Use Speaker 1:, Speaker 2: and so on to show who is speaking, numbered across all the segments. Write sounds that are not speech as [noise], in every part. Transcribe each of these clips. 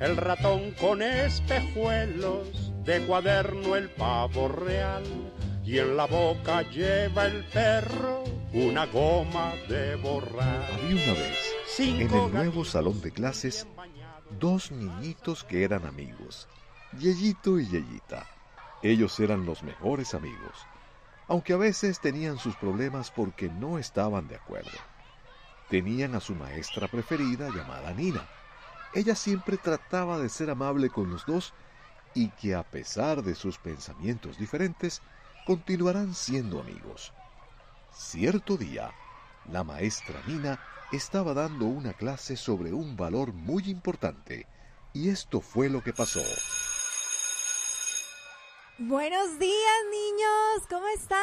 Speaker 1: El ratón con espejuelos, de cuaderno el pavo real, y en la boca lleva el perro una goma de borrar.
Speaker 2: Había una vez, en el nuevo salón de clases, dos niñitos que eran amigos, Yeyito y Yeyita. Ellos eran los mejores amigos, aunque a veces tenían sus problemas porque no estaban de acuerdo. Tenían a su maestra preferida llamada Nina. Ella siempre trataba de ser amable con los dos y que a pesar de sus pensamientos diferentes, continuarán siendo amigos. Cierto día, la maestra Nina estaba dando una clase sobre un valor muy importante, y esto fue lo que pasó.
Speaker 3: Buenos días, niños. ¿Cómo están?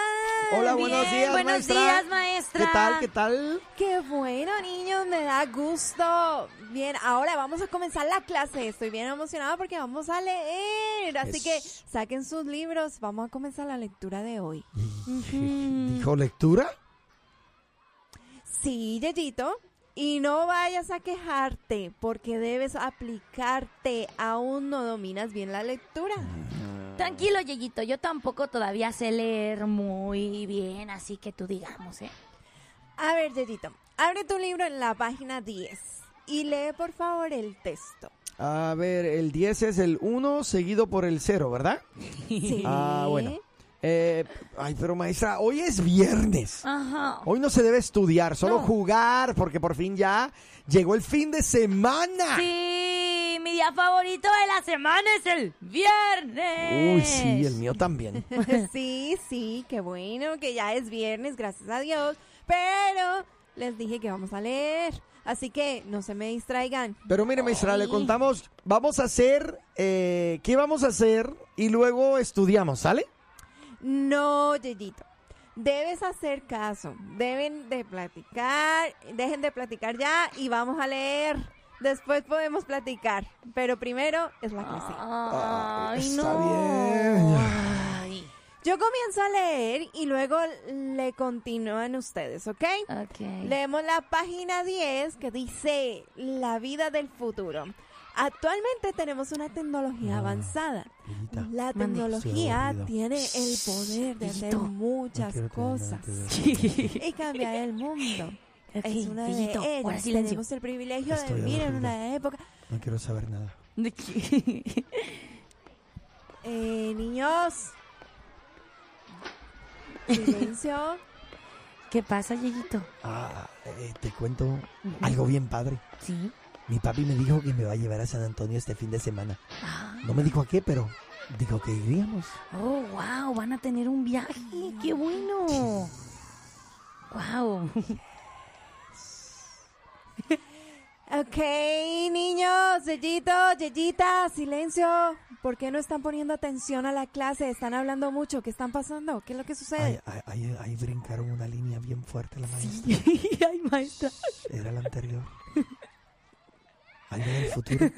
Speaker 4: Hola, buenos
Speaker 5: Bien,
Speaker 4: días,
Speaker 5: buenos
Speaker 4: maestra.
Speaker 5: días, maestra.
Speaker 4: ¿Qué tal? ¿Qué tal?
Speaker 3: Qué bueno, niños. Me da gusto. Bien, ahora vamos a comenzar la clase. Estoy bien emocionada porque vamos a leer. Así que
Speaker 4: Eso.
Speaker 3: saquen sus libros. Vamos a comenzar la lectura de hoy.
Speaker 4: ¿Dijo lectura?
Speaker 3: Sí, Yeyito. Y no vayas a quejarte porque debes aplicarte. Aún no dominas bien la lectura.
Speaker 5: Tranquilo, Yeyito, yo tampoco todavía sé leer muy bien, así que tú digamos, ¿eh?
Speaker 3: A ver, Yeyito. Abre tu libro en la página 10 y lee, por favor, el texto.
Speaker 4: A ver, el 10 es el 1 seguido por el 0, ¿verdad?
Speaker 3: Sí.
Speaker 4: [laughs] Ah, bueno. Eh, ay, pero maestra, hoy es viernes.
Speaker 5: Ajá.
Speaker 4: Hoy no se debe estudiar, solo
Speaker 5: No.
Speaker 4: jugar, porque por fin ya llegó el fin de semana.
Speaker 5: Sí, mi día favorito de la semana es el viernes.
Speaker 4: Uy, sí, el mío también.
Speaker 3: [laughs] Sí, sí, qué bueno que ya es viernes, gracias a Dios. Pero les dije que vamos a leer, así que no se me distraigan.
Speaker 4: Pero mire, maestra, le
Speaker 5: Ay.
Speaker 4: contamos, vamos a hacer, eh, ¿qué vamos a hacer? Y luego estudiamos, ¿sale?
Speaker 3: No, Yeyito. Debes hacer caso. Deben de platicar. Dejen de platicar ya y vamos a leer. Después podemos platicar. Pero primero es
Speaker 4: Ah.
Speaker 3: la clase.
Speaker 5: Ay,
Speaker 4: está
Speaker 5: no.
Speaker 4: bien.
Speaker 5: Ay,
Speaker 3: Yo comienzo a leer y luego le continúan ustedes, ¿ok?
Speaker 5: ok. [laughs]
Speaker 3: Leemos la página 10 que dice la vida del futuro. Actualmente tenemos una tecnología avanzada.
Speaker 6: Yeyita,
Speaker 3: La
Speaker 5: Mande.
Speaker 6: Ah,
Speaker 3: tecnología
Speaker 6: Se me olvidó.
Speaker 3: tiene el poder de hacer
Speaker 5: Yeyito.
Speaker 6: no
Speaker 3: muchas
Speaker 6: quiero tener nada
Speaker 3: cosas
Speaker 6: que ver.
Speaker 3: y cambiar el mundo.
Speaker 5: Ok,
Speaker 3: es una
Speaker 5: Yeyito,
Speaker 3: de
Speaker 5: ahora
Speaker 3: ellas.
Speaker 5: silencio.
Speaker 3: Tenemos el privilegio de
Speaker 6: Estoy
Speaker 3: vivir en
Speaker 6: aburrida.
Speaker 3: una época.
Speaker 6: No quiero saber nada.
Speaker 5: ¿De qué?
Speaker 3: Eh, niños, silencio.
Speaker 5: [laughs] ¿Qué pasa, Yeyito?
Speaker 6: Ah, eh, te cuento algo bien padre.
Speaker 5: Sí.
Speaker 6: Mi papi me dijo que me va a llevar a San Antonio este fin de semana. No me dijo a qué, pero dijo que iríamos.
Speaker 5: Oh, wow, van a tener un viaje. Qué bueno. Wow.
Speaker 3: Ok, niños, Yeyito, Yeyita, silencio. ¿Por qué no están poniendo atención a la clase? Están hablando mucho. ¿Qué están pasando? ¿Qué es lo que
Speaker 6: Ahí,
Speaker 3: sucede?
Speaker 4: ah.
Speaker 6: ahí- ahí- ahí brincaron una línea bien fuerte la maestra.
Speaker 5: [laughs] Ay, maestra.
Speaker 6: Era la anterior. Algo del futuro.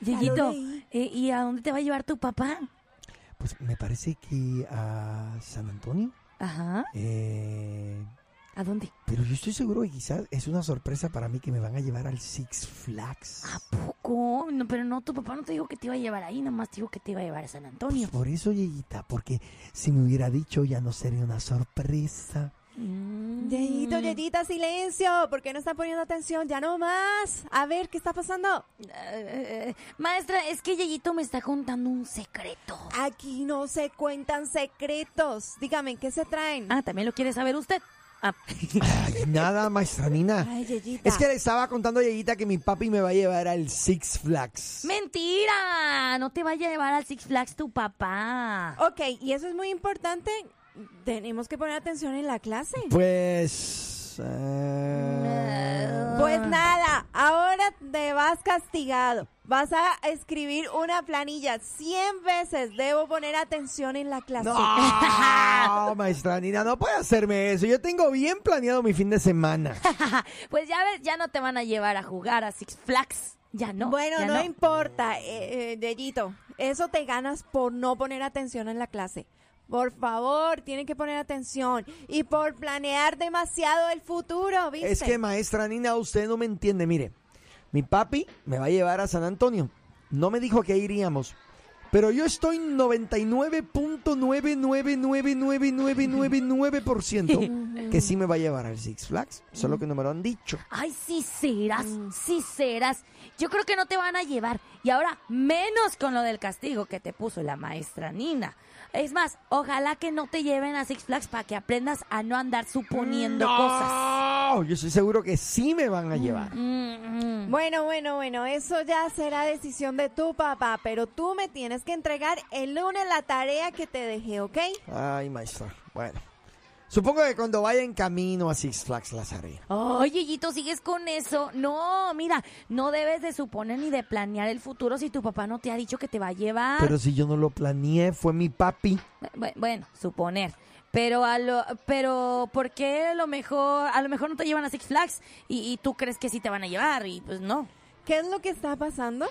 Speaker 3: Ya lo
Speaker 5: Yeyito,
Speaker 3: leí.
Speaker 5: eh, ¿y a dónde te va a llevar tu papá?
Speaker 6: Pues me parece que a San Antonio.
Speaker 5: Ajá.
Speaker 6: eh,
Speaker 5: ¿A dónde?
Speaker 6: pero yo estoy seguro que quizás es una sorpresa para mí que me van a llevar al Six Flags.
Speaker 5: ¿A poco? No, pero no, tu papá no te dijo que te iba a llevar ahí, nada más te dijo que te iba a llevar a San Antonio.
Speaker 6: Pues por eso, Yeyita, porque si me hubiera dicho ya no sería una sorpresa.
Speaker 5: Mm.
Speaker 3: Yeyito, Yeyita, silencio. ¿Por qué no están poniendo atención? Ya no más. A ver, ¿qué está pasando?
Speaker 5: Eh, maestra, es que Yeyito me está contando un secreto.
Speaker 3: Aquí no se cuentan secretos. Dígame, ¿qué se traen?
Speaker 5: Ah, ¿también lo quiere saber usted? Ah.
Speaker 6: Ay, nada, maestra Nina.
Speaker 3: Ay, Yeyita.
Speaker 4: Es que le estaba contando a Yeyita que mi papi me va a llevar al Six Flags.
Speaker 5: [laughs] ¡Mentira! No te vaya a llevar al Six Flags tu papá.
Speaker 3: Ok, y eso es muy importante. Tenemos que poner atención en la clase.
Speaker 4: Pues... eh,
Speaker 3: Pues nada, ahora te vas castigado. Vas a escribir una planilla 100 veces. Debo poner atención en la clase. [laughs]
Speaker 4: No, maestra Nina, no puede hacerme eso. Yo tengo bien planeado mi fin de semana.
Speaker 5: Pues ya ves, ya no te van a llevar a jugar a Six Flags. Ya no.
Speaker 3: bueno,
Speaker 5: ya
Speaker 3: no, importa, eh, eh, Yeyito. Eso te ganas por no poner atención en la clase. Por favor, tienen que poner atención. Y por planear demasiado el futuro, ¿viste?
Speaker 4: Es que, maestra Nina, usted no me entiende. Mire, mi papi me va a llevar a San Antonio. No me dijo a qué iríamos. Pero yo estoy 99.9999999% que sí me va a llevar al Six Flags. Solo que no me lo han dicho.
Speaker 5: Ay, sí serás, sí serás. Yo creo que no te van a llevar. Y ahora menos con lo del castigo que te puso la maestra Nina. Es más, ojalá que no te lleven a Six Flags para que aprendas a no andar
Speaker 4: Mm,
Speaker 5: suponiendo cosas.
Speaker 4: No, yo estoy seguro que sí me van a llevar.
Speaker 5: Mm, mm.
Speaker 3: Bueno, bueno, bueno, eso ya será decisión de tu papá, pero tú me tienes que entregar el lunes la tarea que te dejé, ¿ok?
Speaker 4: Ay, maestra. Bueno. Supongo que cuando vaya en camino a Six Flags las haré.
Speaker 5: Ay, Yeyito, ¿sigues con eso? No, mira, no debes de suponer ni de planear el futuro si tu papá no te ha dicho que te va a llevar.
Speaker 4: Pero si yo no lo planeé, fue mi papi.
Speaker 5: Bu- Bueno, suponer. Pero a lo, pero ¿por qué a lo mejor, a lo mejor no te llevan a Six Flags y, y tú crees que sí te van a llevar y pues no?
Speaker 3: ¿Qué es lo que está pasando?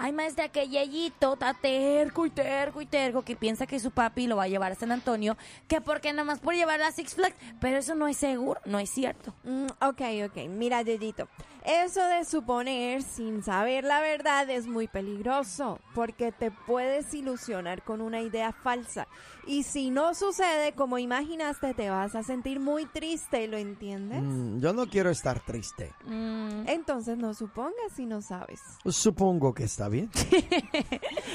Speaker 5: Ay, maestra, que Yeyito está terco y terco y terco que piensa que su papi lo va a llevar a San Antonio, que porque nada más por llevar a Six Flags, pero eso no es seguro, no es cierto.
Speaker 3: Mm, ok, ok, mira, Yeyito, eso de suponer sin saber la verdad es muy peligroso, porque te puedes ilusionar con una idea falsa. Y si no sucede como imaginaste, te vas a sentir muy triste, ¿lo entiendes?
Speaker 4: Mm, yo no quiero estar triste.
Speaker 5: Mm,
Speaker 3: Entonces no supongas si no sabes.
Speaker 4: Supongo que está bien.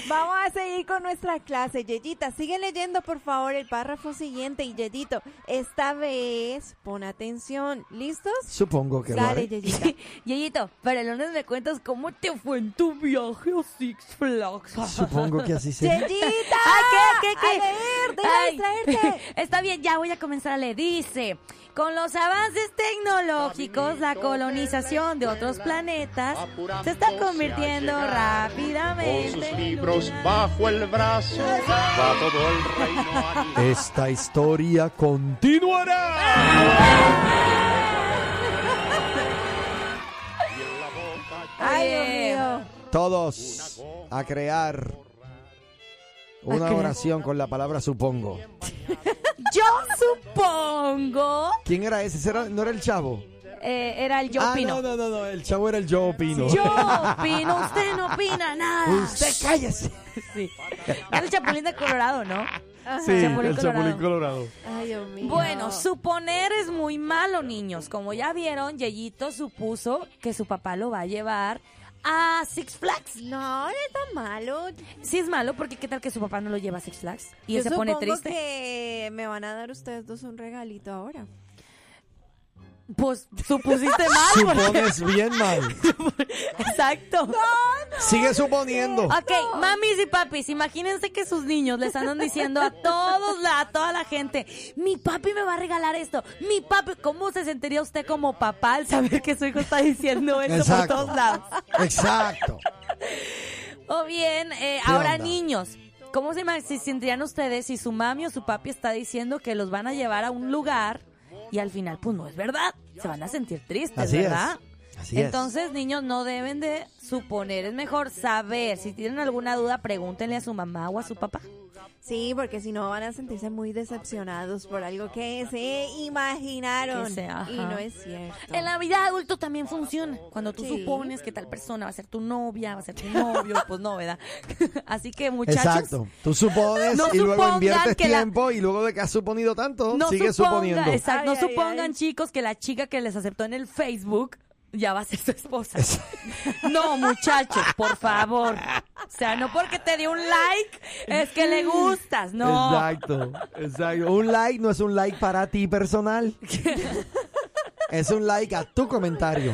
Speaker 3: Vamos a seguir con nuestra clase, Yeyita. Sigue leyendo, por favor, el párrafo siguiente. Y Yeyito, esta vez pon atención. ¿Listos?
Speaker 4: Supongo que lo
Speaker 3: Dale,
Speaker 4: haré.
Speaker 3: Yeyita.
Speaker 5: [laughs] Yeyito, para el lunes me cuentas cómo te fue en tu viaje a Six Flags.
Speaker 4: Supongo que así
Speaker 5: [laughs]
Speaker 4: será.
Speaker 3: ¡Yeyita!
Speaker 5: Ah, ¿qué, qué, qué?
Speaker 3: ¡A leer! ¡Deja
Speaker 5: Ay. [laughs]
Speaker 3: distraerte!
Speaker 5: Está bien, ya voy a comenzar a leer. Dice, con los avances tecnológicos, la colonización de otros planetas se está convirtiendo
Speaker 1: Con sus
Speaker 5: rápidamente. en
Speaker 1: libros
Speaker 5: una-
Speaker 1: bajo el brazo va todo el reino animal.
Speaker 4: Esta historia continuará.
Speaker 1: Y en la boca
Speaker 3: ¡Ay,
Speaker 5: Bien.
Speaker 3: Dios mío!
Speaker 4: Todos a crear una oración con la palabra supongo.
Speaker 5: Yo supongo,
Speaker 4: ¿Quién era ese? ¿Ese era- ¿No era el chavo?
Speaker 5: eh, era el yo
Speaker 4: ah,
Speaker 5: opino.
Speaker 4: no, no, no, no, el chavo era el yo opino.
Speaker 5: Yo opino, usted no opina nada.
Speaker 4: Usted cállese.
Speaker 5: Sí. Era el chapulín de Colorado, ¿no?
Speaker 4: Sí,
Speaker 5: Chapulín el Chapulín Colorado.
Speaker 3: ¡Ay, Dios mío!
Speaker 5: Bueno, suponer es muy malo, niños. Como ya vieron, Yeyito supuso que su papá lo va a llevar a Six Flags.
Speaker 3: No, no está malo.
Speaker 5: Sí es malo porque qué tal que su papá no lo lleva a Six Flags y
Speaker 3: Yo
Speaker 5: él se pone
Speaker 3: supongo
Speaker 5: triste.
Speaker 3: que me van a dar ustedes dos un regalito ahora.
Speaker 5: Pues supusiste mal. porque-
Speaker 4: Supones bien mal.
Speaker 5: [laughs] Exacto.
Speaker 4: Sigue suponiendo.
Speaker 5: Ok, mamis y papis, imagínense que sus niños les andan diciendo a todos la, a toda la gente, mi papi me va a regalar esto, mi papi, ¿cómo se sentiría usted como papá al saber que su hijo está diciendo eso
Speaker 4: Exacto.
Speaker 5: por todos lados?
Speaker 4: Exacto.
Speaker 5: O bien, eh,
Speaker 4: ¿Qué
Speaker 5: ahora
Speaker 4: onda?
Speaker 5: niños, ¿cómo se, ima- se sentirían ustedes si su mami o su papi está diciendo que los van a llevar a un lugar y al final, pues no es verdad? Se van a sentir tristes,
Speaker 4: Así es.
Speaker 5: ¿verdad?
Speaker 4: Así es.
Speaker 5: Entonces, niños, no deben de suponer, es mejor saber. Si tienen alguna duda, pregúntenle a su mamá o a su papá.
Speaker 3: Sí, porque si no van a sentirse muy decepcionados por algo que se imaginaron.
Speaker 5: Que se- ajá.
Speaker 3: y no es cierto.
Speaker 5: En la vida adulto también funciona. Cuando tú
Speaker 3: Sí.
Speaker 5: supones que tal persona va a ser tu novia, va a ser tu novio, pues no, ¿verdad? [laughs] Así que, muchachos.
Speaker 4: Exacto. Tú supones
Speaker 5: No
Speaker 4: y luego
Speaker 5: supongan
Speaker 4: inviertes
Speaker 5: que la-
Speaker 4: tiempo y luego de que has suponido tanto, sigues
Speaker 5: suponga-
Speaker 4: suponiendo.
Speaker 5: exacto,
Speaker 3: Ay,
Speaker 5: no
Speaker 3: ay,
Speaker 5: supongan,
Speaker 3: ay.
Speaker 5: chicos, que la chica que les aceptó en el Facebook ya va a ser su esposa. [laughs] no, muchachos, por favor. O sea, no porque te dio un like es que le gustas, no.
Speaker 4: Exacto, exacto. Un like no es un like para ti personal. es un like a tu comentario.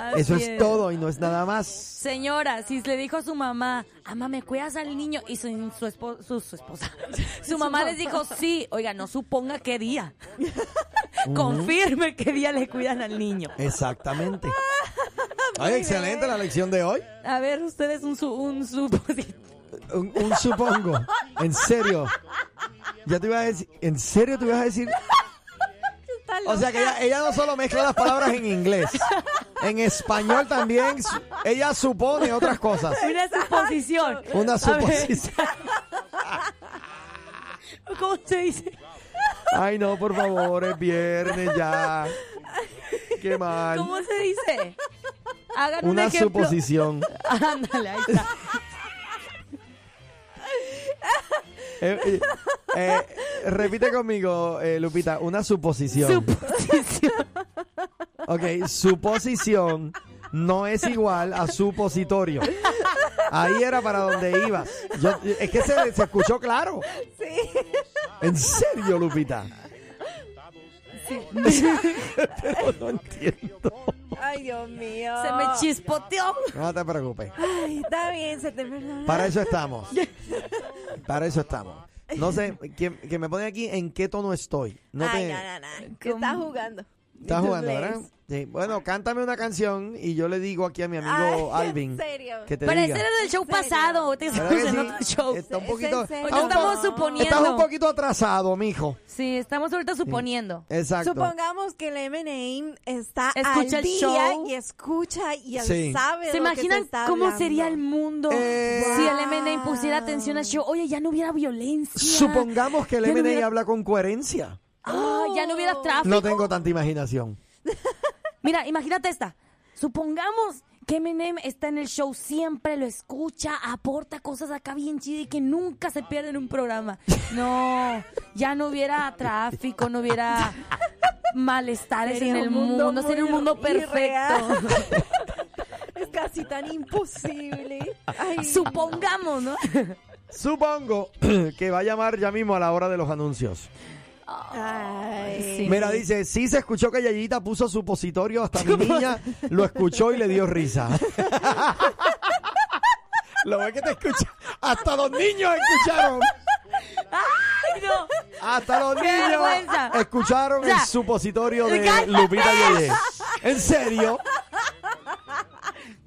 Speaker 5: Así
Speaker 4: Eso es todo y no es nada más.
Speaker 5: Señora, si le dijo a su mamá, mamá, ¿me cuidas al niño? Y su, su, espo- su- su esposa, [laughs] su mamá les dijo, sí, oiga, no suponga
Speaker 4: [laughs]
Speaker 5: qué día. Confirme qué día le cuidan al niño. [laughs]
Speaker 4: Exactamente. Ay, excelente la lección de hoy.
Speaker 5: A ver, ustedes un, su- [laughs] un supositorio.
Speaker 4: Un, un supongo. En serio. Ya te iba a decir. En serio te ibas a decir. O sea que ella, ella no solo mezcla las palabras en inglés. En español también. su- Ella supone otras cosas.
Speaker 5: Una suposición.
Speaker 4: Una
Speaker 5: A ver,
Speaker 4: suposición.
Speaker 5: ¿Cómo se dice?
Speaker 4: Ay, no, por favor, es viernes ya. Qué mal.
Speaker 3: ¿Cómo se dice?
Speaker 5: Hagan un
Speaker 4: Una
Speaker 5: ejemplo.
Speaker 4: suposición.
Speaker 5: [laughs] Ándale, ahí está.
Speaker 4: Eh, eh, eh, repite conmigo, eh, Lupita, una suposición.
Speaker 5: Suposición.
Speaker 4: ok, suposición no es igual a supositorio. Ahí era para donde ibas. Yo- es que se, se escuchó claro.
Speaker 3: Sí.
Speaker 4: En serio, Lupita. Pero no entiendo.
Speaker 3: Ay, Dios mío.
Speaker 5: Se me chispoteó.
Speaker 4: No te preocupes.
Speaker 3: Ay, está bien, se te perdona.
Speaker 4: Para eso estamos. Para eso estamos. No sé, que, que me pone aquí en qué tono estoy. No
Speaker 3: Ay,
Speaker 4: te-
Speaker 3: no, no, no. Que estás jugando.
Speaker 4: Estás jugando,
Speaker 3: Inglés.
Speaker 4: ¿verdad? Sí. Bueno, cántame una canción y yo le digo aquí a mi amigo
Speaker 3: Ay,
Speaker 4: Alvin
Speaker 3: Ah, [laughs] ¿En serio?
Speaker 4: que te
Speaker 5: Pero
Speaker 4: diga.
Speaker 5: ese era del show
Speaker 3: ¿En serio?
Speaker 5: pasado. Te
Speaker 4: ¿Verdad que
Speaker 5: escuchas en
Speaker 4: sí?
Speaker 5: otro show.
Speaker 4: Está un
Speaker 3: Es en
Speaker 4: poquito,
Speaker 3: serio.
Speaker 4: está
Speaker 5: Ahorita
Speaker 4: un po-
Speaker 5: Pues estamos suponiendo.
Speaker 4: estás un poquito atrasado, mijo.
Speaker 5: Sí, estamos ahorita suponiendo.
Speaker 4: Exacto.
Speaker 3: Supongamos que el M&M está
Speaker 5: Escucha
Speaker 3: al
Speaker 5: el
Speaker 3: día
Speaker 5: show.
Speaker 3: y escucha y él
Speaker 4: Sí.
Speaker 3: sabe
Speaker 5: ¿Se
Speaker 3: de lo que se
Speaker 5: imaginan
Speaker 3: está
Speaker 5: cómo
Speaker 3: hablando?
Speaker 5: sería el mundo
Speaker 4: Eh,
Speaker 5: si el
Speaker 3: Wow.
Speaker 5: MNA pusiera atención a show? Oye, ya no hubiera violencia.
Speaker 4: Supongamos que el
Speaker 5: Ya no
Speaker 4: MNI
Speaker 5: hubiera-
Speaker 4: habla con coherencia.
Speaker 5: Ah, ya no hubiera tráfico.
Speaker 4: No tengo tanta imaginación.
Speaker 5: Mira, imagínate esta. Supongamos que Eminem está en el show, siempre lo escucha, aporta cosas acá bien chidas y que nunca se pierde en un programa. No, ya no hubiera tráfico, no hubiera malestares
Speaker 3: Sería
Speaker 5: en el
Speaker 3: un
Speaker 5: mundo,
Speaker 3: mundo
Speaker 5: sería un
Speaker 3: muy
Speaker 5: mundo perfecto.
Speaker 3: irreal. [laughs] Es casi tan imposible. Ay,
Speaker 5: Supongamos, ¿no?
Speaker 4: Supongo [clears throat] que va a llamar ya mismo a la hora de los anuncios.
Speaker 3: Ay.
Speaker 5: Sí.
Speaker 4: Mira, dice, sí se escuchó que Yayita puso supositorio hasta mi niña, lo escuchó y le dio
Speaker 5: [laughs]
Speaker 4: risa. Lo ve que te escucha. Hasta los niños escucharon.
Speaker 5: Ay, no.
Speaker 4: Hasta los
Speaker 5: ¡Qué
Speaker 4: niños
Speaker 5: vergüenza!
Speaker 4: escucharon
Speaker 5: O sea,
Speaker 4: el supositorio de
Speaker 5: ¡cálmate!
Speaker 4: Lupita Yeye. ¿En serio?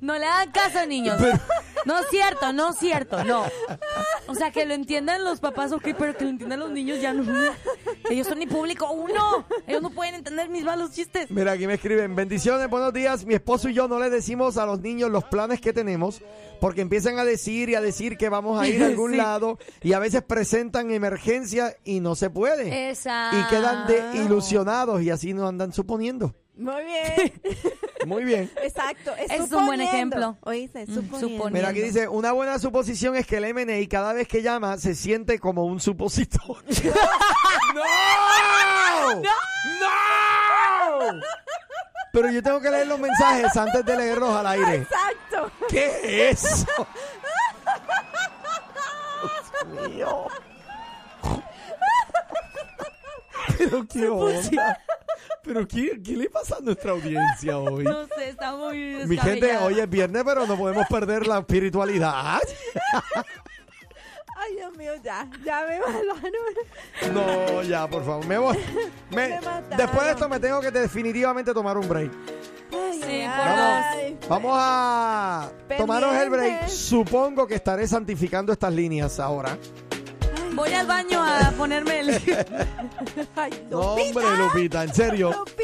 Speaker 5: No le hagan caso, niños. No es cierto, no es cierto, no. O sea, que lo entiendan los papás, ok, pero que lo entiendan los niños ya no. Ellos son mi público uno. Ellos no pueden entender mis malos chistes.
Speaker 4: Mira, aquí me escriben, bendiciones, buenos días. Mi esposo y yo no le decimos a los niños los planes que tenemos porque empiezan a decir y a decir que vamos a ir a algún
Speaker 5: Sí.
Speaker 4: lado y a veces presentan emergencia y no se puede.
Speaker 5: Exacto.
Speaker 4: Y quedan de ilusionados y así nos andan suponiendo.
Speaker 3: Muy bien.
Speaker 5: [laughs]
Speaker 4: Muy bien.
Speaker 3: Exacto. Es,
Speaker 5: Es un buen
Speaker 3: suponiendo.
Speaker 5: ejemplo.
Speaker 3: Oíste,
Speaker 5: Mm,
Speaker 3: suponiendo.
Speaker 5: suponiendo.
Speaker 4: Mira, aquí dice, una buena suposición es que el MNI cada vez que llama se siente como un [laughs] supositorio. ¡No! ¡No! Pero yo tengo que leer los mensajes antes de leerlos al aire.
Speaker 3: Exacto.
Speaker 4: ¿Qué es eso? Dios mío. Pero qué onda. Pero qué, qué le pasa a nuestra audiencia hoy.
Speaker 5: No sé, está muy
Speaker 4: Mi gente,
Speaker 5: descabellada.
Speaker 4: hoy es viernes, pero no podemos perder la espiritualidad.
Speaker 3: Ay, Dios mío, ya. Ya me mataron.
Speaker 4: No, ya, por favor. Me voy. Me-
Speaker 3: Me mataron.
Speaker 4: después de esto me tengo que definitivamente tomar un break.
Speaker 3: Ay,
Speaker 5: Sí,
Speaker 3: ay.
Speaker 4: Vamos a tomaros el break.
Speaker 3: Pendientes.
Speaker 4: Supongo que estaré santificando estas líneas ahora.
Speaker 5: Voy al baño a ponerme el,
Speaker 3: Ay,
Speaker 4: No,
Speaker 3: Lupita.
Speaker 4: hombre, Lupita, en serio.
Speaker 3: Lupita.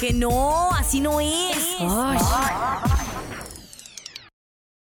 Speaker 5: Que no, así no es. Ay.